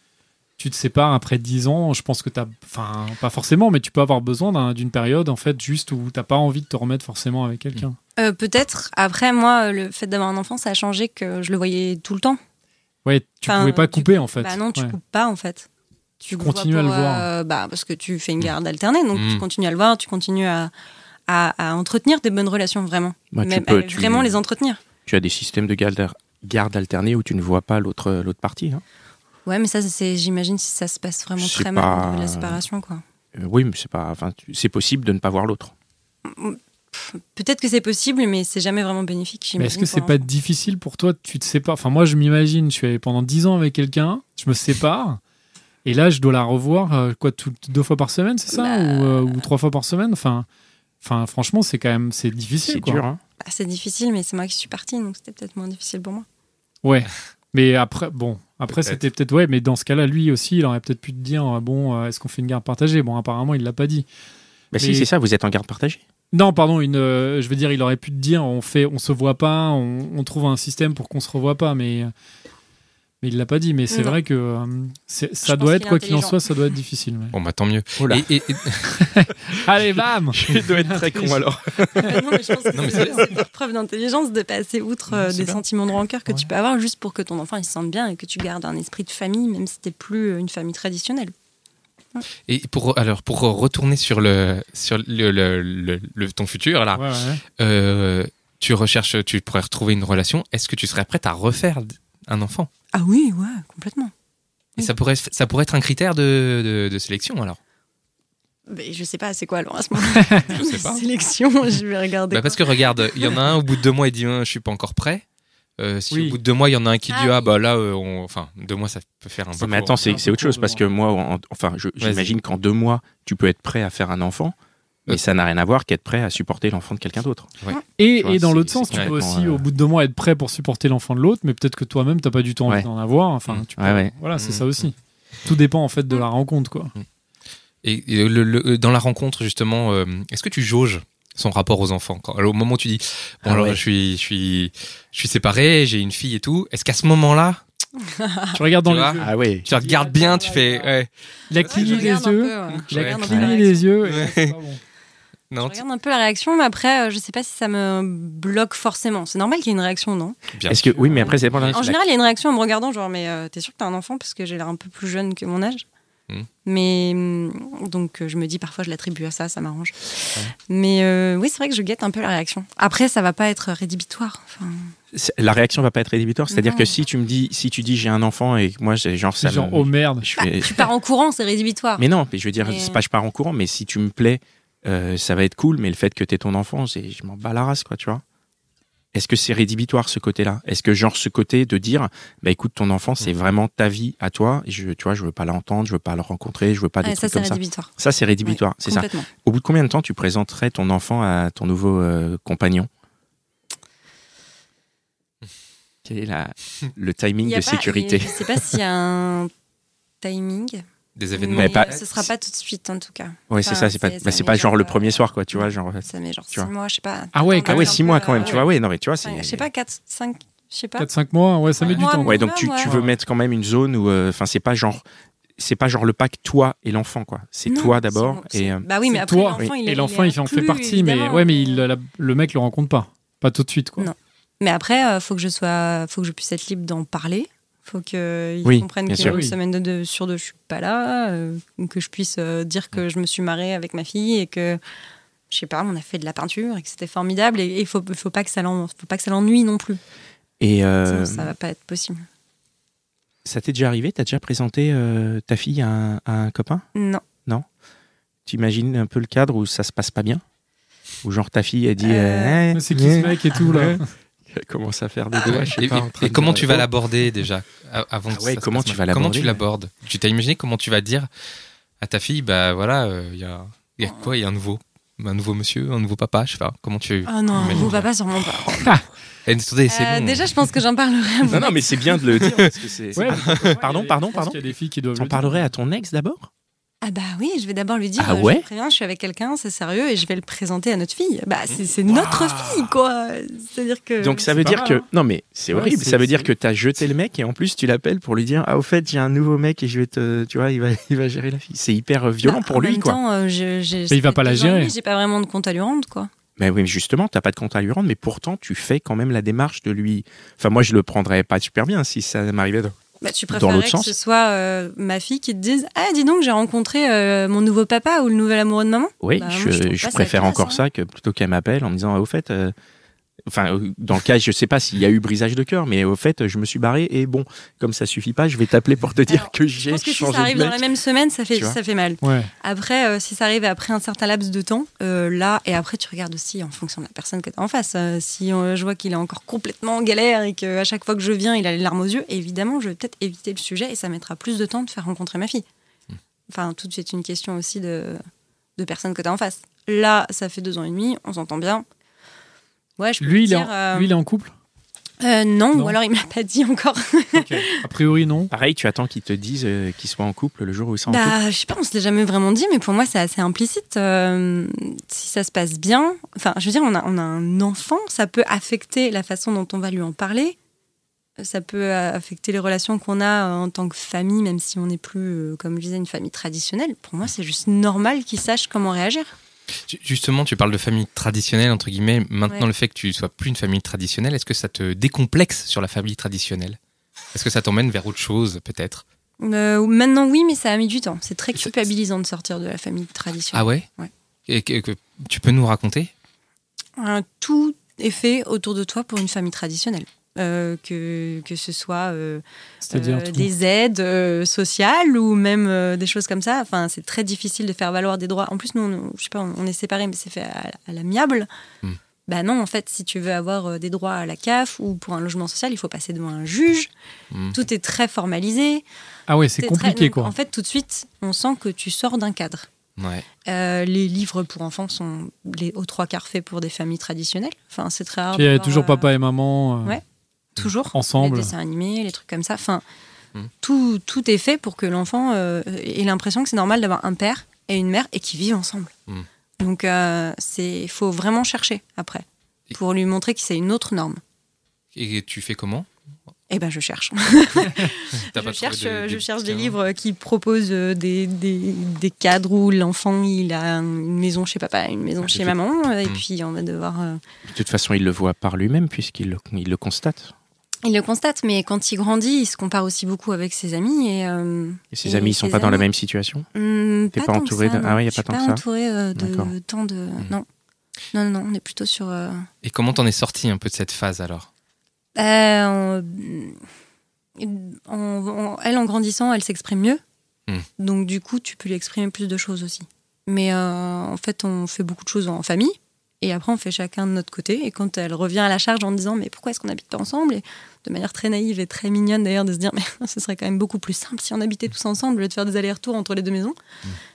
tu te sépares après 10 ans. Je pense que t'as, enfin, pas forcément, mais tu peux avoir besoin d'un- d'une période, en fait, juste où t'as pas envie de te remettre forcément avec
Mm.
quelqu'un.
Euh, Peut-être. Après, moi, euh, le fait d'avoir un enfant, ça a changé que je le voyais tout le temps.
Ouais, tu
Enfin,
pouvais pas
tu-
couper, en fait.
Bah non, tu
Ouais.
coupes pas en fait. Tu le
continues
vois
à le
pour,
voir.
euh, bah, parce que tu fais une garde alternée, donc
Mm.
tu continues à le voir, tu continues à, à, à entretenir des bonnes relations vraiment.
Bah,
Même- à vraiment les entretenir.
tu as des systèmes de garde, garde alternée où tu ne vois pas l'autre l'autre partie. hein.
Ouais, mais ça, c'est j'imagine si ça se passe vraiment
C'est
très mal
pas-
au niveau de la séparation quoi.
Euh, oui, mais c'est pas. Enfin, tu- c'est possible de ne pas voir l'autre.
Peut-être que c'est possible, mais c'est jamais vraiment bénéfique.
Mais
j'imagine,
est-ce que
pour
c'est pas
l'enfant.
difficile pour toi Tu te sépares. Enfin, moi, je m'imagine, je suis allé pendant 10 ans avec quelqu'un, je me sépare, et là, je dois la revoir, euh, quoi, tout- deux fois par semaine, c'est ça
Bah.
ou, euh, ou trois fois par semaine Enfin, enfin franchement, c'est quand même c'est difficile.
C'est
quoi.
dur. hein.
Bah, C'est difficile, mais c'est moi qui suis partie, donc c'était peut-être moins difficile pour moi.
Ouais. Mais après, bon, après,
Peut-être.
c'était peut-être, ouais, mais dans ce cas-là, lui aussi, il aurait peut-être pu te dire, euh, bon, euh, est-ce qu'on fait une garde partagée Bon, apparemment, il l'a pas dit.
Bah
Mais-
si, c'est ça. Vous êtes en garde partagée.
Non, pardon, une, euh, je veux dire, il aurait pu te dire, on fait, on se voit pas, on, on trouve un système pour qu'on se revoie pas, mais, mais il l'a pas dit. Mais c'est
Non.
vrai que euh, c'est- ça
Je
doit
pense
être,
qu'il est
quoi qu'il en
intelligent.
soit, ça doit être difficile. ouais.
Bon, bah tant mieux.
Oh là.
Et- et- et-
Allez, bam
Je dois être très con alors.
Ouais, non, mais je pense que
Non, mais
c'est c'est faire preuve d'intelligence de passer outre euh,
Non, c'est
des
bien.
sentiments de rancœur que
Ouais.
tu peux avoir juste pour que ton enfant il se sente bien et que tu gardes un esprit de famille, même si t'es plus euh, une famille traditionnelle.
Et pour alors pour retourner sur le sur le, le- le- le- ton futur là,
Ah,
Ouais, ouais, ouais.
euh, tu recherches, tu pourrais retrouver une relation. Est-ce que tu serais prête à refaire d- un enfant
Ah oui, ouais, complètement.
Et ça pourrait ça pourrait être un critère de, de- de sélection alors.
Mais je sais pas, c'est quoi alors à ce moment
Je sais pas.
Sélection, je vais regarder.
Bah, parce que regarde, il y en a un au bout de deux mois il dit Ah, je suis pas encore prêt. Euh, si
Oui.
au bout de deux mois il y en a un qui
Ah
dit
oui.
ah bah là euh, on- enfin deux mois ça peut faire un peu.
Mais
court.
attends, c'est
un
c'est autre
peu court
chose parce que moi, en- enfin, je- j'imagine qu'en deux mois, tu peux être prêt à faire un enfant, mais
Euh.
ça n'a rien à voir qu'être prêt à supporter l'enfant de quelqu'un d'autre.
Et,
Tu vois,
et dans
c'est-
l'autre
c'est
sens, tu peux
complètement,
aussi,
euh,
au bout de deux mois, être prêt pour supporter l'enfant de l'autre, mais peut-être que toi-même, t'as pas du tout envie
Ouais.
d'en avoir. Enfin,
Mm.
tu peux-
Ouais, ouais.
Voilà, c'est
Mm.
ça aussi. Tout dépend en fait de la
Mm.
rencontre, quoi.
Et, et le- le- euh, dans la rencontre, justement, euh, est-ce que tu jauges son rapport aux enfants Quand- Au moment où tu dis, bon,
Ah
alors
ouais.
je, suis, je, suis, je suis séparé, j'ai une fille et tout, est-ce qu'à ce moment-là,
Tu regardes dans
Tu vois
les yeux.
Ah oui.
Tu regardes bien, tu fais. ouais.
La
Ouais, je
cligner des
regarde un
yeux.
peu, ouais. Je
La
regarde un peu la
clignée
réaction.
des yeux. et
Ouais.
c'est pas bon.
Je
Non, tu-
regarde un peu la réaction, mais après, euh, je sais pas si ça me bloque forcément. C'est normal qu'il y ait une réaction, non
bien.
Est-ce que oui, mais après c'est pas
En général, il y a une réaction en me regardant, genre, mais euh, t'es sûr que t'as un enfant Parce que j'ai l'air un peu plus jeune que mon âge.
Hmm.
Mais hum, donc, euh, je me dis parfois, je l'attribue à ça, ça m'arrange. Mais euh, oui, c'est vrai que je guette un peu la réaction. Après, ça va pas être rédhibitoire. Enfin,
la réaction va pas être rédhibitoire, c'est-à-dire
Non.
que si tu me dis si tu dis j'ai un enfant et que moi j'ai genre ça
C'est genre,
me-
oh merde.
je
bah,
fais-
tu pars en courant, c'est rédhibitoire.
Mais non, mais je veux dire
Mais-
c'est pas je pars en courant, mais si tu me plais euh, ça va être cool, mais le fait que t'es ton enfant, c'est je m'en bats la race quoi, tu vois. Est-ce que c'est rédhibitoire ce côté-là Est-ce que genre ce côté de dire bah écoute ton enfant
Mm.
c'est vraiment ta vie à toi, et je tu vois, je veux pas l'entendre, je veux pas le rencontrer, je veux pas des
Ouais, ça,
trucs
c'est
comme ça.
rédhibitoire.
Ça c'est rédhibitoire, c'est ça.
Complètement.
Au bout de combien de temps tu présenterais ton enfant à ton nouveau euh, compagnon Quel est la- le timing
Il y a
de
pas-
sécurité
Je sais pas s'il y a un timing.
Des
Mais,
événements.
Mais pas-
ce sera pas tout de suite, en tout cas.
Ouais, c'est
Enfin,
ça, c'est pas,
c'est-
bah,
ça
c'est pas
met
genre
genre,
le
euh,
premier soir, quoi, tu vois. Genre... euh,
Ça met genre
Tu
6
vois.
mois, je sais pas.
Ah ouais,
Attends,
quand
Ah
un
ouais,
peu,
six mois quand même,
euh,
tu vois, ouais, non, mais tu vois, c'est.
Ouais, je sais pas, 4, 5, je sais pas.
4-5 mois, ouais, ça met du
Moi,
temps.
Ouais, donc tu,
Ouais,
tu
ouais.
veux mettre quand même une zone où. euh, Enfin, c'est pas genre. C'est pas genre le pack toi et l'enfant, quoi. C'est
Non,
toi d'abord.
bon, c'est-
Et. euh,
Bah oui, mais
C'est
après,
toi.
l'enfant, il est-
Et l'enfant, il,
est
en fait
inclus,
partie, mais
évidemment. euh,
ouais, mais il, la- le mec le rencontre pas. Pas tout de suite, quoi.
Non. Mais après, euh, faut que je sois, faut que je puisse être libre d'en parler. Faut qu'ils
Oui,
comprennent
bien
qu'une
sûr.
Oui.
semaine de deux sur deux, je suis pas là, euh, que je puisse euh, dire que je me suis marrée avec ma fille et que, je sais pas, on a fait de la peinture et que c'était formidable. Et il faut, faut pas que ça l'en- faut pas que ça l'ennuie non plus.
Et. euh,
Sinon, ça va pas être possible.
ça t'est déjà arrivé T'as déjà présenté euh, ta fille à un, à un copain
Non.
T'imagines un peu le cadre où ça se passe pas bien Où genre ta fille a dit. euh,
Mais
Eh,
C'est qui
eh,
ce mec et tout, là
Elle commence à faire des doigts, Ah, je sais
Et,
pas, en
et-
train
et
de-
comment tu vas l'aborder déjà a- avant
Ah
que
ouais,
ça se
comment
passe
tu
mal
vas
Comment
l'aborder,
tu
ouais.
l'abordes Tu t'as imaginé comment tu vas dire à ta fille bah voilà euh, il y, a, il y a quoi il y a un nouveau un nouveau monsieur un nouveau papa je sais pas comment tu
Ah non,
Mais-
vous papa sûrement pas.
Eh, attendez, c'est
Euh,
bon.
Déjà, je pense que j'en parlerai. à mon
euh, Non, non, mais c'est bien de le dire. Parce que c'est, c'est
Ouais,
pas-
mais-
Pardon, pardon,
je pense
pardon.
qu'il y a des filles qui doivent.
T'en
le dire.
parlerais à ton ex d'abord
Ah bah oui, je vais d'abord lui dire,
Ah
euh, je
ouais
vous préviens, je suis avec quelqu'un, c'est sérieux, et je vais le présenter à notre fille. Bah c'est c'est notre fille, quoi. C'est-à-dire que...
Donc ça veut
c'est pas
dire
mal,
que.
hein.
Non, mais c'est
Ouais,
horrible.
c'est-
Ça veut dire
c'est-
que t'as jeté le mec et en plus tu l'appelles pour lui dire Ah, au fait, j'ai un nouveau mec et je vais te. Tu vois, il va, il va gérer la fille. C'est hyper violent
Bah,
pour
En
lui,
même
quoi.
temps, euh, je- j'ai-
Mais il va pas la
j'ai envie,
gérer.
J'ai pas vraiment de compte à lui rendre, quoi.
Mais oui, mais justement, t'as pas de compte à lui rendre, mais pourtant tu fais quand même la démarche de lui. Enfin, moi je le prendrais pas super bien si ça m'arrivait. dans-
Bah, tu
Dans
préférerais
l'autre
que
sens.
ce soit euh, ma fille qui te dise « Ah, dis donc, j'ai rencontré euh, mon nouveau papa ou le nouvel amoureux de maman
Oui,
Bah, moi,
je,
je trouve
je
pas ça
préfère
classe,
encore
hein.
ça que plutôt qu'elle m'appelle en me disant Ah, au fait. euh, Enfin, euh, dans le cas, je sais pas s'il y a eu brisage de cœur, mais au fait, je me suis barré et bon, comme ça suffit pas, je vais t'appeler pour te dire
Alors,
que ».
Je
j'ai
pense que si
changé
ça arrive
de
dans
mec.
la même semaine, ça fait,
Tu vois
ça fait mal.
Ouais.
Après, euh, si ça arrive après un certain laps de temps, euh, là, et après, tu regardes aussi en fonction de la personne que tu as en face. Euh, si euh, je vois qu'il est encore complètement en galère et qu'à chaque fois que je viens, il a les larmes aux yeux, évidemment, je vais peut-être éviter le sujet et ça mettra plus de temps de faire rencontrer ma fille.
Hmm.
Enfin, tout c'est une question aussi de, de personne que tu as en face. Là, ça fait deux ans et demi, on s'entend bien. Ouais, je peux
Lui, il
te
est
dire.
en-
euh,
lui, il est en couple
euh, non,
Non.
ou alors il m'a pas dit encore.
A priori, non.
euh,
Pareil, tu attends qu'ils te disent euh, qu'ils soient en couple le jour où ils sont en couple.
Bah, je sais pas, on se l'est jamais vraiment dit, mais pour moi, c'est assez implicite. Euh, si ça se passe bien, enfin, je veux dire, on a, on a un enfant, ça peut affecter la façon dont on va lui en parler. Ça peut euh, affecter les relations qu'on a euh, en tant que famille, même si on n'est plus, euh, comme je disais, une famille traditionnelle. Pour moi, c'est juste normal qu'ils sachent comment réagir.
Tu- Justement, tu parles de famille traditionnelle, entre guillemets. Maintenant,
Ouais.
le fait que tu sois plus une famille traditionnelle, est-ce que ça te décomplexe sur la famille traditionnelle Est-ce que ça t'emmène vers autre chose, peut-être
Euh, maintenant, oui, mais ça a mis du temps. C'est très
C'est-
culpabilisant de sortir de la famille traditionnelle.
Ah ouais
Ouais.
Et que, que- tu peux nous raconter
Ah
Un tout est fait autour de toi pour une famille traditionnelle. Euh, que, que ce soit euh,
C'est-à-dire
Euh,
tout.
des aides euh, sociales ou même euh, des choses comme ça. Enfin, c'est très difficile de faire valoir des droits. En plus, nous, on, je sais pas, on, on est séparés, mais c'est fait à, à l'amiable.
Hmm.
Bah non, en fait, si tu veux avoir euh, des droits à la CAF ou pour un logement social, il faut passer devant un juge.
Hmm.
Tout est très formalisé.
Ah ouais, c'est
T'es très-
compliqué,
donc,
quoi.
En fait, tout de suite, on sent que tu sors d'un cadre.
Ouais.
Euh, les livres pour enfants sont les, aux trois quarts faits pour des familles traditionnelles. Enfin, c'est très rare.
Il y a
d'avoir,
toujours
euh,
papa et maman euh,
ouais. toujours
ensemble.
les dessins animés, les trucs comme ça. Enfin,
Mm.
tout, tout est fait pour que l'enfant euh, ait l'impression que c'est normal d'avoir un père et une mère et qu'ils vivent ensemble.
Mm.
Donc, euh, c'est il faut vraiment chercher après pour lui montrer que c'est une autre norme.
Et tu fais comment
Eh ben, je cherche.
T'as
je
pas trouvé
cherche,
de-
euh, je
des
cherche des
bouquins
livres qui proposent euh, des, des- des cadres où l'enfant il a une maison chez papa, une maison
Ah,
chez
j'ai
maman, euh, et
Hmm.
puis on va devoir. euh,
De toute façon, il le voit par lui-même puisqu'il le, il le constate.
Il le constate, mais quand il grandit, il se compare aussi beaucoup avec ses amis et. euh,
Et ses
Et
amis, ils sont
ses
pas dans la
amis.
même situation.
hmm,
T'es pas
tant que
entouré
ça,
de-
non.
ah ouais, y a
Je
pas
suis
tant que ça.
entouré euh,
D'accord. Hum.
de tant de. Non. non, non, non, on est plutôt sur. euh,
Et comment t'en es sorti un peu de cette phase alors
Euh, on- on- on- elle, en grandissant, elle s'exprime mieux.
Hmm.
Donc, du coup, tu peux lui exprimer plus de choses aussi. Mais euh, en fait, on fait beaucoup de choses en famille. Et après, on fait chacun de notre côté. Et quand elle revient à la charge en disant Mais pourquoi est-ce qu'on n'habite pas ensemble Et de manière très naïve et très mignonne d'ailleurs, de se dire Mais ce serait quand même beaucoup plus simple si on habitait tous ensemble au lieu de faire des allers-retours entre les deux maisons.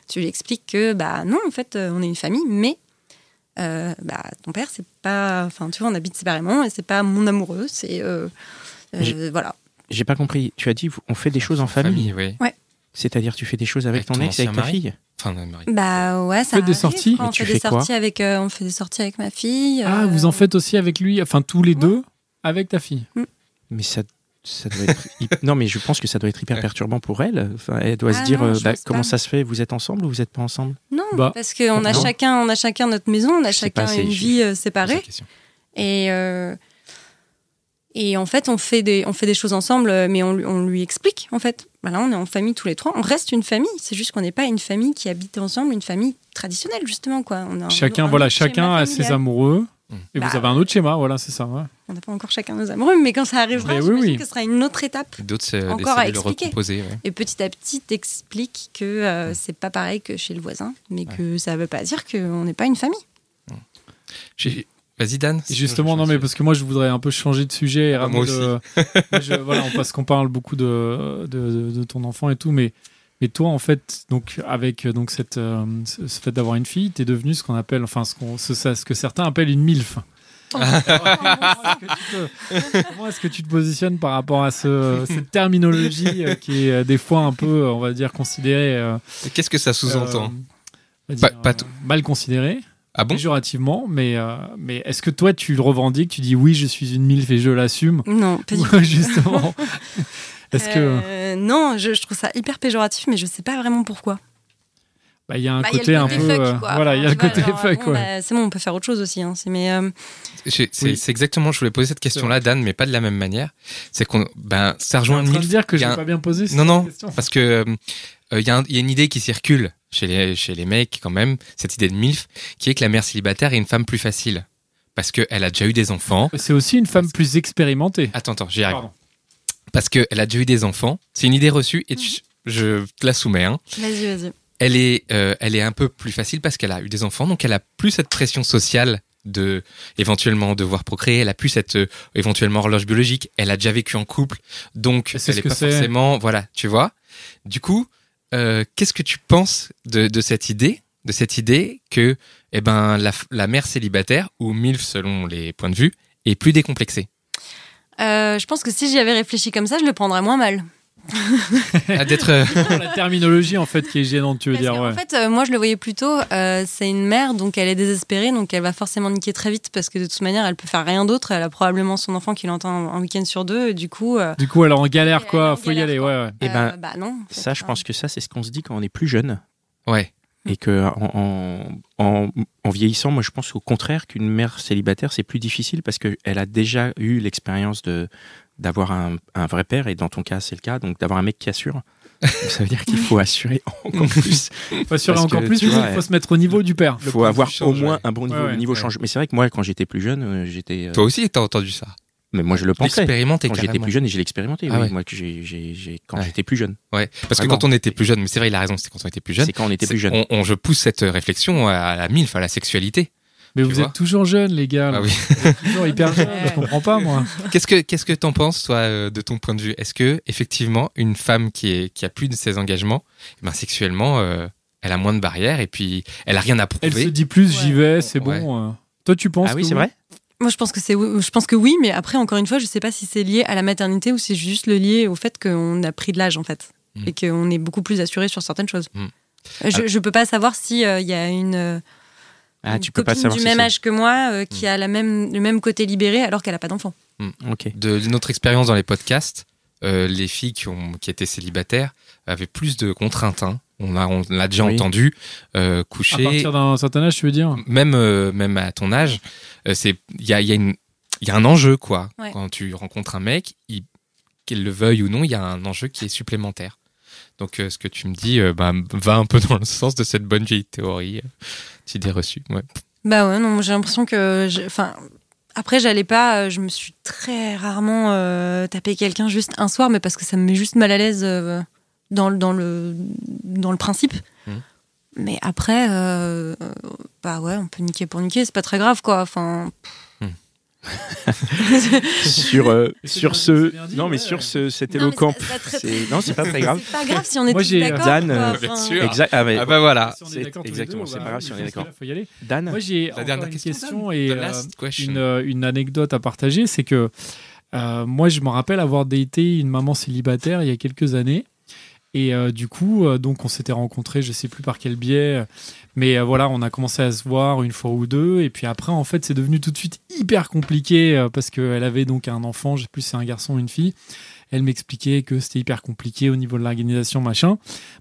Tu lui expliques que, bah non, en fait, euh, on est une famille, mais euh, bah, ton père, c'est pas. Enfin, tu vois, on habite séparément et c'est pas mon amoureux, c'est. euh, euh,
J'ai-
voilà.
J'ai pas compris. Tu as dit, vous- on fait des choses en famille.
oui.
C'est-à-dire, tu fais des choses avec,
Avec
ton,
ton
ex et avec
ancien
ta
mari
fille.
Enfin, non, Marie.
Bah ouais, ça.
Faites des
arrive,
sorties.
quoi.
Et
On
tu
fait des
fais quoi
sorties avec. euh, on fait des sorties avec ma fille.
Ah,
euh,
vous en faites aussi avec lui, enfin tous les deux, avec ta fille.
Mais ça, ça doit être. hyp- non, mais je pense que ça doit être hyper perturbant pour elle. Enfin, elle doit
Ah
se dire
non,
euh,
je
bah,
pense pas.
comment ça se fait Vous êtes ensemble ou vous êtes pas ensemble
Non,
Bah,
parce qu'on a
non.
chacun, on a chacun notre maison, on a
Je sais pas,
chacun
c'est-
une
je-
vie euh,
C'est la
séparée.
question.
Et, euh, et en fait, on fait, des, on fait des choses ensemble, euh, mais on, lui- on lui explique, en fait. Voilà, on est en famille tous les trois. On reste une famille. C'est juste qu'on n'est pas une famille qui habite ensemble, une famille traditionnelle, justement. Quoi. On a un-
Chacun,
un
voilà,
autre
chacun
schéma
a ses
familial.
amoureux.
Mm.
Et
Bah,
vous avez un autre schéma, voilà, c'est ça. ouais.
On n'a pas encore chacun nos amoureux, mais quand ça arrivera,
Mais oui,
j'imagine
oui.
que ce sera une autre étape.
D'autres euh,
Encore
essaient
à
de le
expliquer.
recomposer. ouais.
Et petit à petit, t'expliques que euh, c'est pas pareil que chez le voisin, mais que ça veut pas dire qu'on n'est pas une famille.
J'ai- Vas-y, Dan.
Et
sinon,
justement,
je-
non, mais parce que moi, je voudrais un peu changer de sujet. Et
Ah,
ramener
moi
le- moi, je- voilà, on- parce qu'on parle beaucoup de, de, de- de ton enfant et tout, mais, mais toi, en fait, donc, avec euh, donc, cette, euh, ce, ce fait d'avoir une fille, tu es devenu ce qu'on appelle, enfin, ce, qu'on ce, ça- ce que certains appellent une MILF. Comment est-ce que tu te positionnes par rapport à ce- cette terminologie euh, qui est euh, des fois un peu, euh, on va dire, considérée. euh,
Qu'est-ce que ça sous-entend
euh, on va
Pas-
dire,
pas
euh,
tout.
mal considérée
Ah bon
péjorativement, mais, euh, mais est-ce que toi tu le revendiques Tu dis oui, je suis une MILF et je l'assume
Non, pas du
Ou Justement. Est-ce que.
Euh, non, je, je trouve ça hyper péjoratif, mais je sais pas vraiment pourquoi.
bah, Il y a un
Bah, il y a
côté
le
un
côté
peu.
fuck,
euh,
quoi.
Voilà, il y a le
Enfin,
côté
tu vois, genre,
fuck,
bon,
ouais.
bah, c'est bon, on peut faire autre chose aussi. hein. C'est- mais euh,
J'ai- C'est
Oui.
c'est exactement, je voulais poser cette question-là, Dan, mais pas de la même manière. C'est qu'on. Ben, ça
Je suis
rejoint
en
une
train de
mille.
dire que
il y
j'ai
a un-
pas bien posé cette
Non, non,
question.
parce que euh, euh, il y, a un- il y a une idée qui circule chez les, chez les mecs, quand même, cette idée de MILF, qui est que la mère célibataire est une femme plus facile. Parce qu'elle a déjà eu des enfants.
C'est aussi une femme plus expérimentée.
Attends, attends, j'y arrive.
Pardon.
Parce qu'elle a déjà eu des enfants. C'est une idée reçue et tu- je te la soumets. Hein.
vas-y, vas-y.
elle est, euh, elle est un peu plus facile parce qu'elle a eu des enfants, donc elle a plus cette pression sociale de éventuellement devoir procréer, elle a plus cette euh, éventuellement horloge biologique, elle a déjà vécu en couple, donc
Et c'est
elle
ce
est
que
pas
c'est.
forcément, voilà, tu vois. Du coup, euh, qu'est-ce que tu penses de, de cette idée, de cette idée que, eh ben, la, f- la mère célibataire ou milf selon les points de vue est plus décomplexée
Euh, je pense que si j'y avais réfléchi comme ça, je le prendrais moins mal.
Ah, d'être euh,
La terminologie en fait qui est gênante, tu veux
Parce
dire,
qu'en
ouais.
fait, euh, moi, je le voyais plutôt. euh, c'est une mère, donc elle est désespérée, donc elle va forcément niquer très vite parce que de toute manière, elle peut faire rien d'autre. Elle a probablement son enfant qui l'entend un week-end sur deux. Et du coup, euh,
Du coup, alors en galère,
Elle est
quoi,
en
faut y
galère,
aller, ouais, ouais.
Eh
euh,
ben,
bah non. en fait,
Ça, je
hein.
pense que ça, c'est ce qu'on se dit quand on est plus jeune.
ouais,
Et que en, en- en- en vieillissant, moi, je pense au contraire qu'une mère célibataire, c'est plus difficile parce qu'elle a déjà eu l'expérience de d'avoir un, un vrai père, et dans ton cas, c'est le cas, donc d'avoir un mec qui assure. Donc, ça veut dire qu'il faut assurer encore plus.
Faut assurer
Parce que,
encore plus,
tu
mais
vois,
il faut se mettre au niveau du père.
Il
Le
faut
point de
avoir
vue
au
change,
moins
ouais.
un bon niveau.
Ouais,
le niveau
ouais.
change. Mais c'est vrai que moi, quand j'étais plus jeune, euh, j'étais. euh,
toi aussi t'as entendu ça,
mais moi, je le pensais.
expérimenté
Quand j'étais plus jeune, et je l'ai expérimenté.
Ah
oui,
ouais.
Moi, que j'ai, j'ai- j'ai- quand
Ouais.
j'étais plus jeune.
Ouais, parce que
Vraiment.
quand on était plus jeune, mais c'est vrai, il a raison, c'est quand on était plus jeune.
C'est quand on était
C'est-
plus jeune.
On, on- je pousse cette réflexion à la milf, à la sexualité.
Mais
tu
vous
vois.
êtes toujours jeune, les gars. là.
Ah oui.
Vous êtes Toujours hyper jeune, je comprends pas, moi.
Qu'est-ce que qu'est-ce que t'en penses toi euh, de ton point de vue Est-ce que effectivement une femme qui est qui a plus de ses engagements, eh ben sexuellement, euh, elle a moins de barrières et puis elle a rien à
Elle se
prouver.
dit plus, j'y vais, c'est
Ouais.
bon. euh. Toi, tu penses
Ah
que
oui, c'est vrai.
Moi, je pense que c'est, je pense que oui, mais après, encore une fois, je sais pas si c'est lié à la maternité ou si c'est juste le lié au fait qu'on a pris de l'âge en fait
Mm.
Hmm.
et qu'on est beaucoup plus assuré sur certaines choses.
Mm.
Euh, Je, je peux pas savoir si euh, il y a une, euh,
Ah,
une
tu peux pas
copine
savoir
du
si
même
c'est- Hmm.
âge que moi euh, qui a la même le même côté libéré alors qu'elle a pas d'enfant.
Ok.
de, de notre expérience dans les podcasts, euh, les filles qui, ont, qui étaient célibataires avaient plus de contraintes. hein. On a- on l'a déjà
Oui.
entendu. euh,
À
coucher,
partir d'un certain âge, tu veux dire
même, euh, même à ton âge, euh, c'est il y a, il y a une- il y a un enjeu, quoi.
Ouais.
Quand tu rencontres un mec, il- qu'il le veuille ou non, il y a un enjeu qui est supplémentaire. Donc, euh, ce que tu me dis euh, bah, va un peu dans le sens de cette bonne vieille théorie euh, d'idées reçues. Ouais.
Bah ouais, non, moi, j'ai l'impression que. j'ai- Enfin, après, j'allais pas. euh, Je me suis très rarement euh, tapé quelqu'un juste un soir, mais parce que ça me met juste mal à l'aise euh, dans, le- dans, le, dans le principe.
Mhm.
Mais après, euh, euh, bah ouais, on peut niquer pour niquer, c'est pas très grave quoi. Enfin,
sur euh,
C'est
sur
bien-
ce
c'est bien dit,
non mais
ouais.
sur ce cet
Non, mais
éloquent
ça- ça traite-
c'est- non c'est pas très grave
c'est pas grave si on est
Moi,
tous
j'ai-
d'accord.
Dan,
quoi.
euh,
Enfin,
bien sûr.
exact ah, mais-
Ah bah voilà,
Si on est
c'est-
d'accord tous les
exactement,
deux,
c'est
bah,
pas grave
je
si on est
pense que
d'accord.
là, faut y aller.
Dan
Moi, j'ai
la
encore
dernière
une
question.
question,
Dan.
et
The
euh,
last question.
une, euh, une anecdote à partager, c'est que euh, moi, je me rappelle avoir daté une maman célibataire il y a quelques années. Et euh, du coup, euh, donc on s'était rencontrés, je sais plus par quel biais, euh, mais euh, voilà, on a commencé à se voir une fois ou deux. Et puis après, en fait, c'est devenu tout de suite hyper compliqué euh, parce qu'elle avait donc un enfant, je sais plus si c'est un garçon ou une fille. Elle m'expliquait que c'était hyper compliqué au niveau de l'organisation, machin.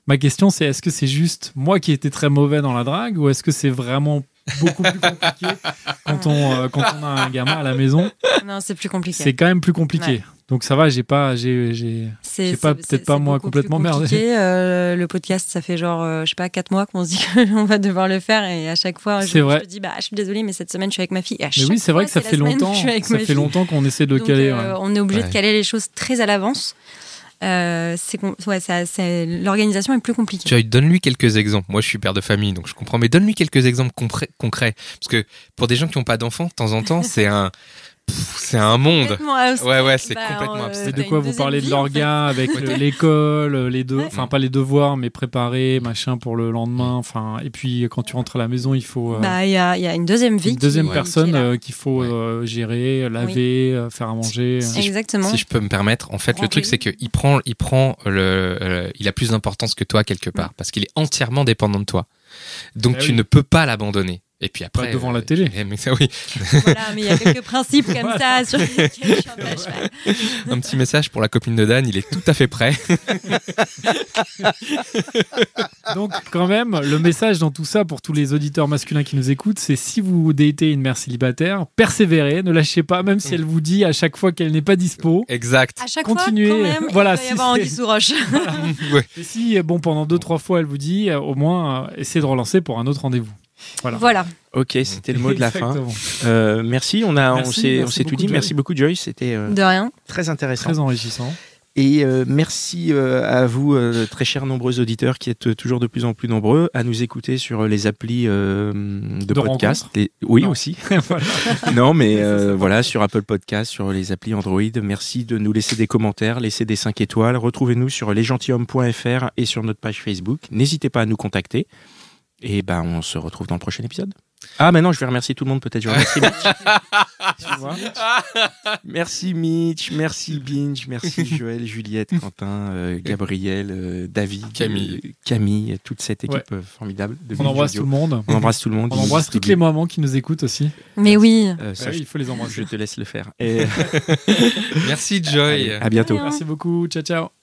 Ma question, c'est est-ce que c'est juste moi qui étais très mauvais dans la drague ou est-ce que c'est vraiment beaucoup plus compliqué quand on, euh, quand on a un gamin à la maison
Non, c'est plus compliqué.
C'est quand même plus compliqué.
Ouais.
Donc ça va, j'ai pas, j'ai, j'ai-
C'est
Je sais pas,
c'est-
peut-être
c'est-
pas
c'est
moi
beaucoup plus
complètement merdé.
compliqué. Euh, le podcast, ça fait genre, euh, je sais pas, 4 mois qu'on se dit qu'on va devoir le faire et à chaque fois, je,
C'est vrai.
je te dis, bah, je suis désolée, mais cette semaine, je suis avec ma fille. Et à
Mais
chaque
oui, c'est vrai
fois,
que ça
la
fait
semaine où
longtemps,
je suis avec
ça
ma
fait
fille.
longtemps qu'on essaie de
Donc,
caler. ouais.
euh, on est obligé
Ouais.
de caler les choses très à l'avance. Euh, c'est com- ouais, ça- c'est- L'organisation est plus compliquée.
Tu vois, donne-lui quelques exemples. Moi, je suis père de famille, donc je comprends. Mais donne-lui quelques exemples compré- concrets, parce que pour des gens qui n'ont pas d'enfants, de temps en temps, c'est un, pff, c'est un monde.
Complètement abstrait.
Ouais, ouais, c'est
Bah,
complètement
euh,
abstrait.
Mais de
t'as
quoi
une
vous
deuxième
parlez de
vie,
l'orga avec
Ouais.
le- l'école, euh, les deux,
Ouais.
enfin pas les devoirs, mais préparer, machin pour le lendemain. Enfin et puis quand tu rentres à la maison, il faut euh,
Bah, Il y, a, il y a une deuxième vie.
une deuxième
qui-
personne
qui est là.
euh, qu'il faut
Ouais.
euh, gérer, laver, euh, faire à manger.
Si je-
Exactement.
Si je peux me permettre, en fait, le
Rangez-le.
truc, c'est qu'il prend, il prend le, le- il a plus d'importance que toi quelque part, parce qu'il est entièrement dépendant de toi. Donc
Bah
tu
oui.
ne peux pas l'abandonner. Et puis après,
Pas devant la
euh,
télé.
eh, Mais ça, oui,
Voilà, mais il y a quelques principes comme ça sur lesquels je suis un peu à cheval.
un petit message pour la copine de Dan. Il est tout à fait prêt.
Donc, quand même, le message dans tout ça pour tous les auditeurs masculins qui nous écoutent, c'est si vous datez une mère célibataire, persévérez, ne lâchez pas, même si elle vous dit à chaque fois qu'elle n'est pas dispo.
Exact.
À chaque
Continuez.
fois, quand même,
Voilà,
il doit
si
y avoir
c'est-
Anguille sous roche.
Ouais.
Et si, bon, pendant deux, trois fois, elle vous dit, euh, au moins, euh, essayez de relancer pour un autre rendez-vous. Voilà.
Voilà.
ok c'était le mot de la fin
Exactement.
Euh, merci on a on
Merci,
s'est on
merci
s'est tout
beaucoup,
dit
Joy.
merci beaucoup Joyce c'était euh,
De rien.
très intéressant
Très enrichissant.
Et euh, merci euh, à vous, euh, très chers nombreux auditeurs, qui êtes euh, toujours de plus en plus nombreux à nous écouter sur euh, les applis euh, de,
De
podcast. Les- Oui,
Non.
aussi.
Voilà.
non, mais
Mais ça,
euh,
ça
voilà, sur Apple Podcast, sur les applis Android. Merci de nous laisser des commentaires, laisser des 5 étoiles. Retrouvez-nous sur lesgentilhommes.fr et sur notre page Facebook. N'hésitez pas à nous contacter. Et ben, on se retrouve dans le prochain épisode. Ah, mais non, je vais remercier tout le monde peut-être. Je remercie Mitch. Tu vois merci Mitch, merci Binge, merci Joël, Juliette, Quentin, euh, Gabriel, euh, David,
Camille.
euh, Camille, toute cette équipe
Ouais.
euh, formidable. De
On
Binge
embrasse tout
Audio.
le monde.
On embrasse tout le monde.
On embrasse toutes les mamans qui nous écoutent aussi.
Mais oui.
Euh, ça,
Ouais, il faut les
je- je
embrasser.
te laisse le faire. Et
Merci Joy.
à bientôt.
Rien.
Merci beaucoup. Ciao, ciao.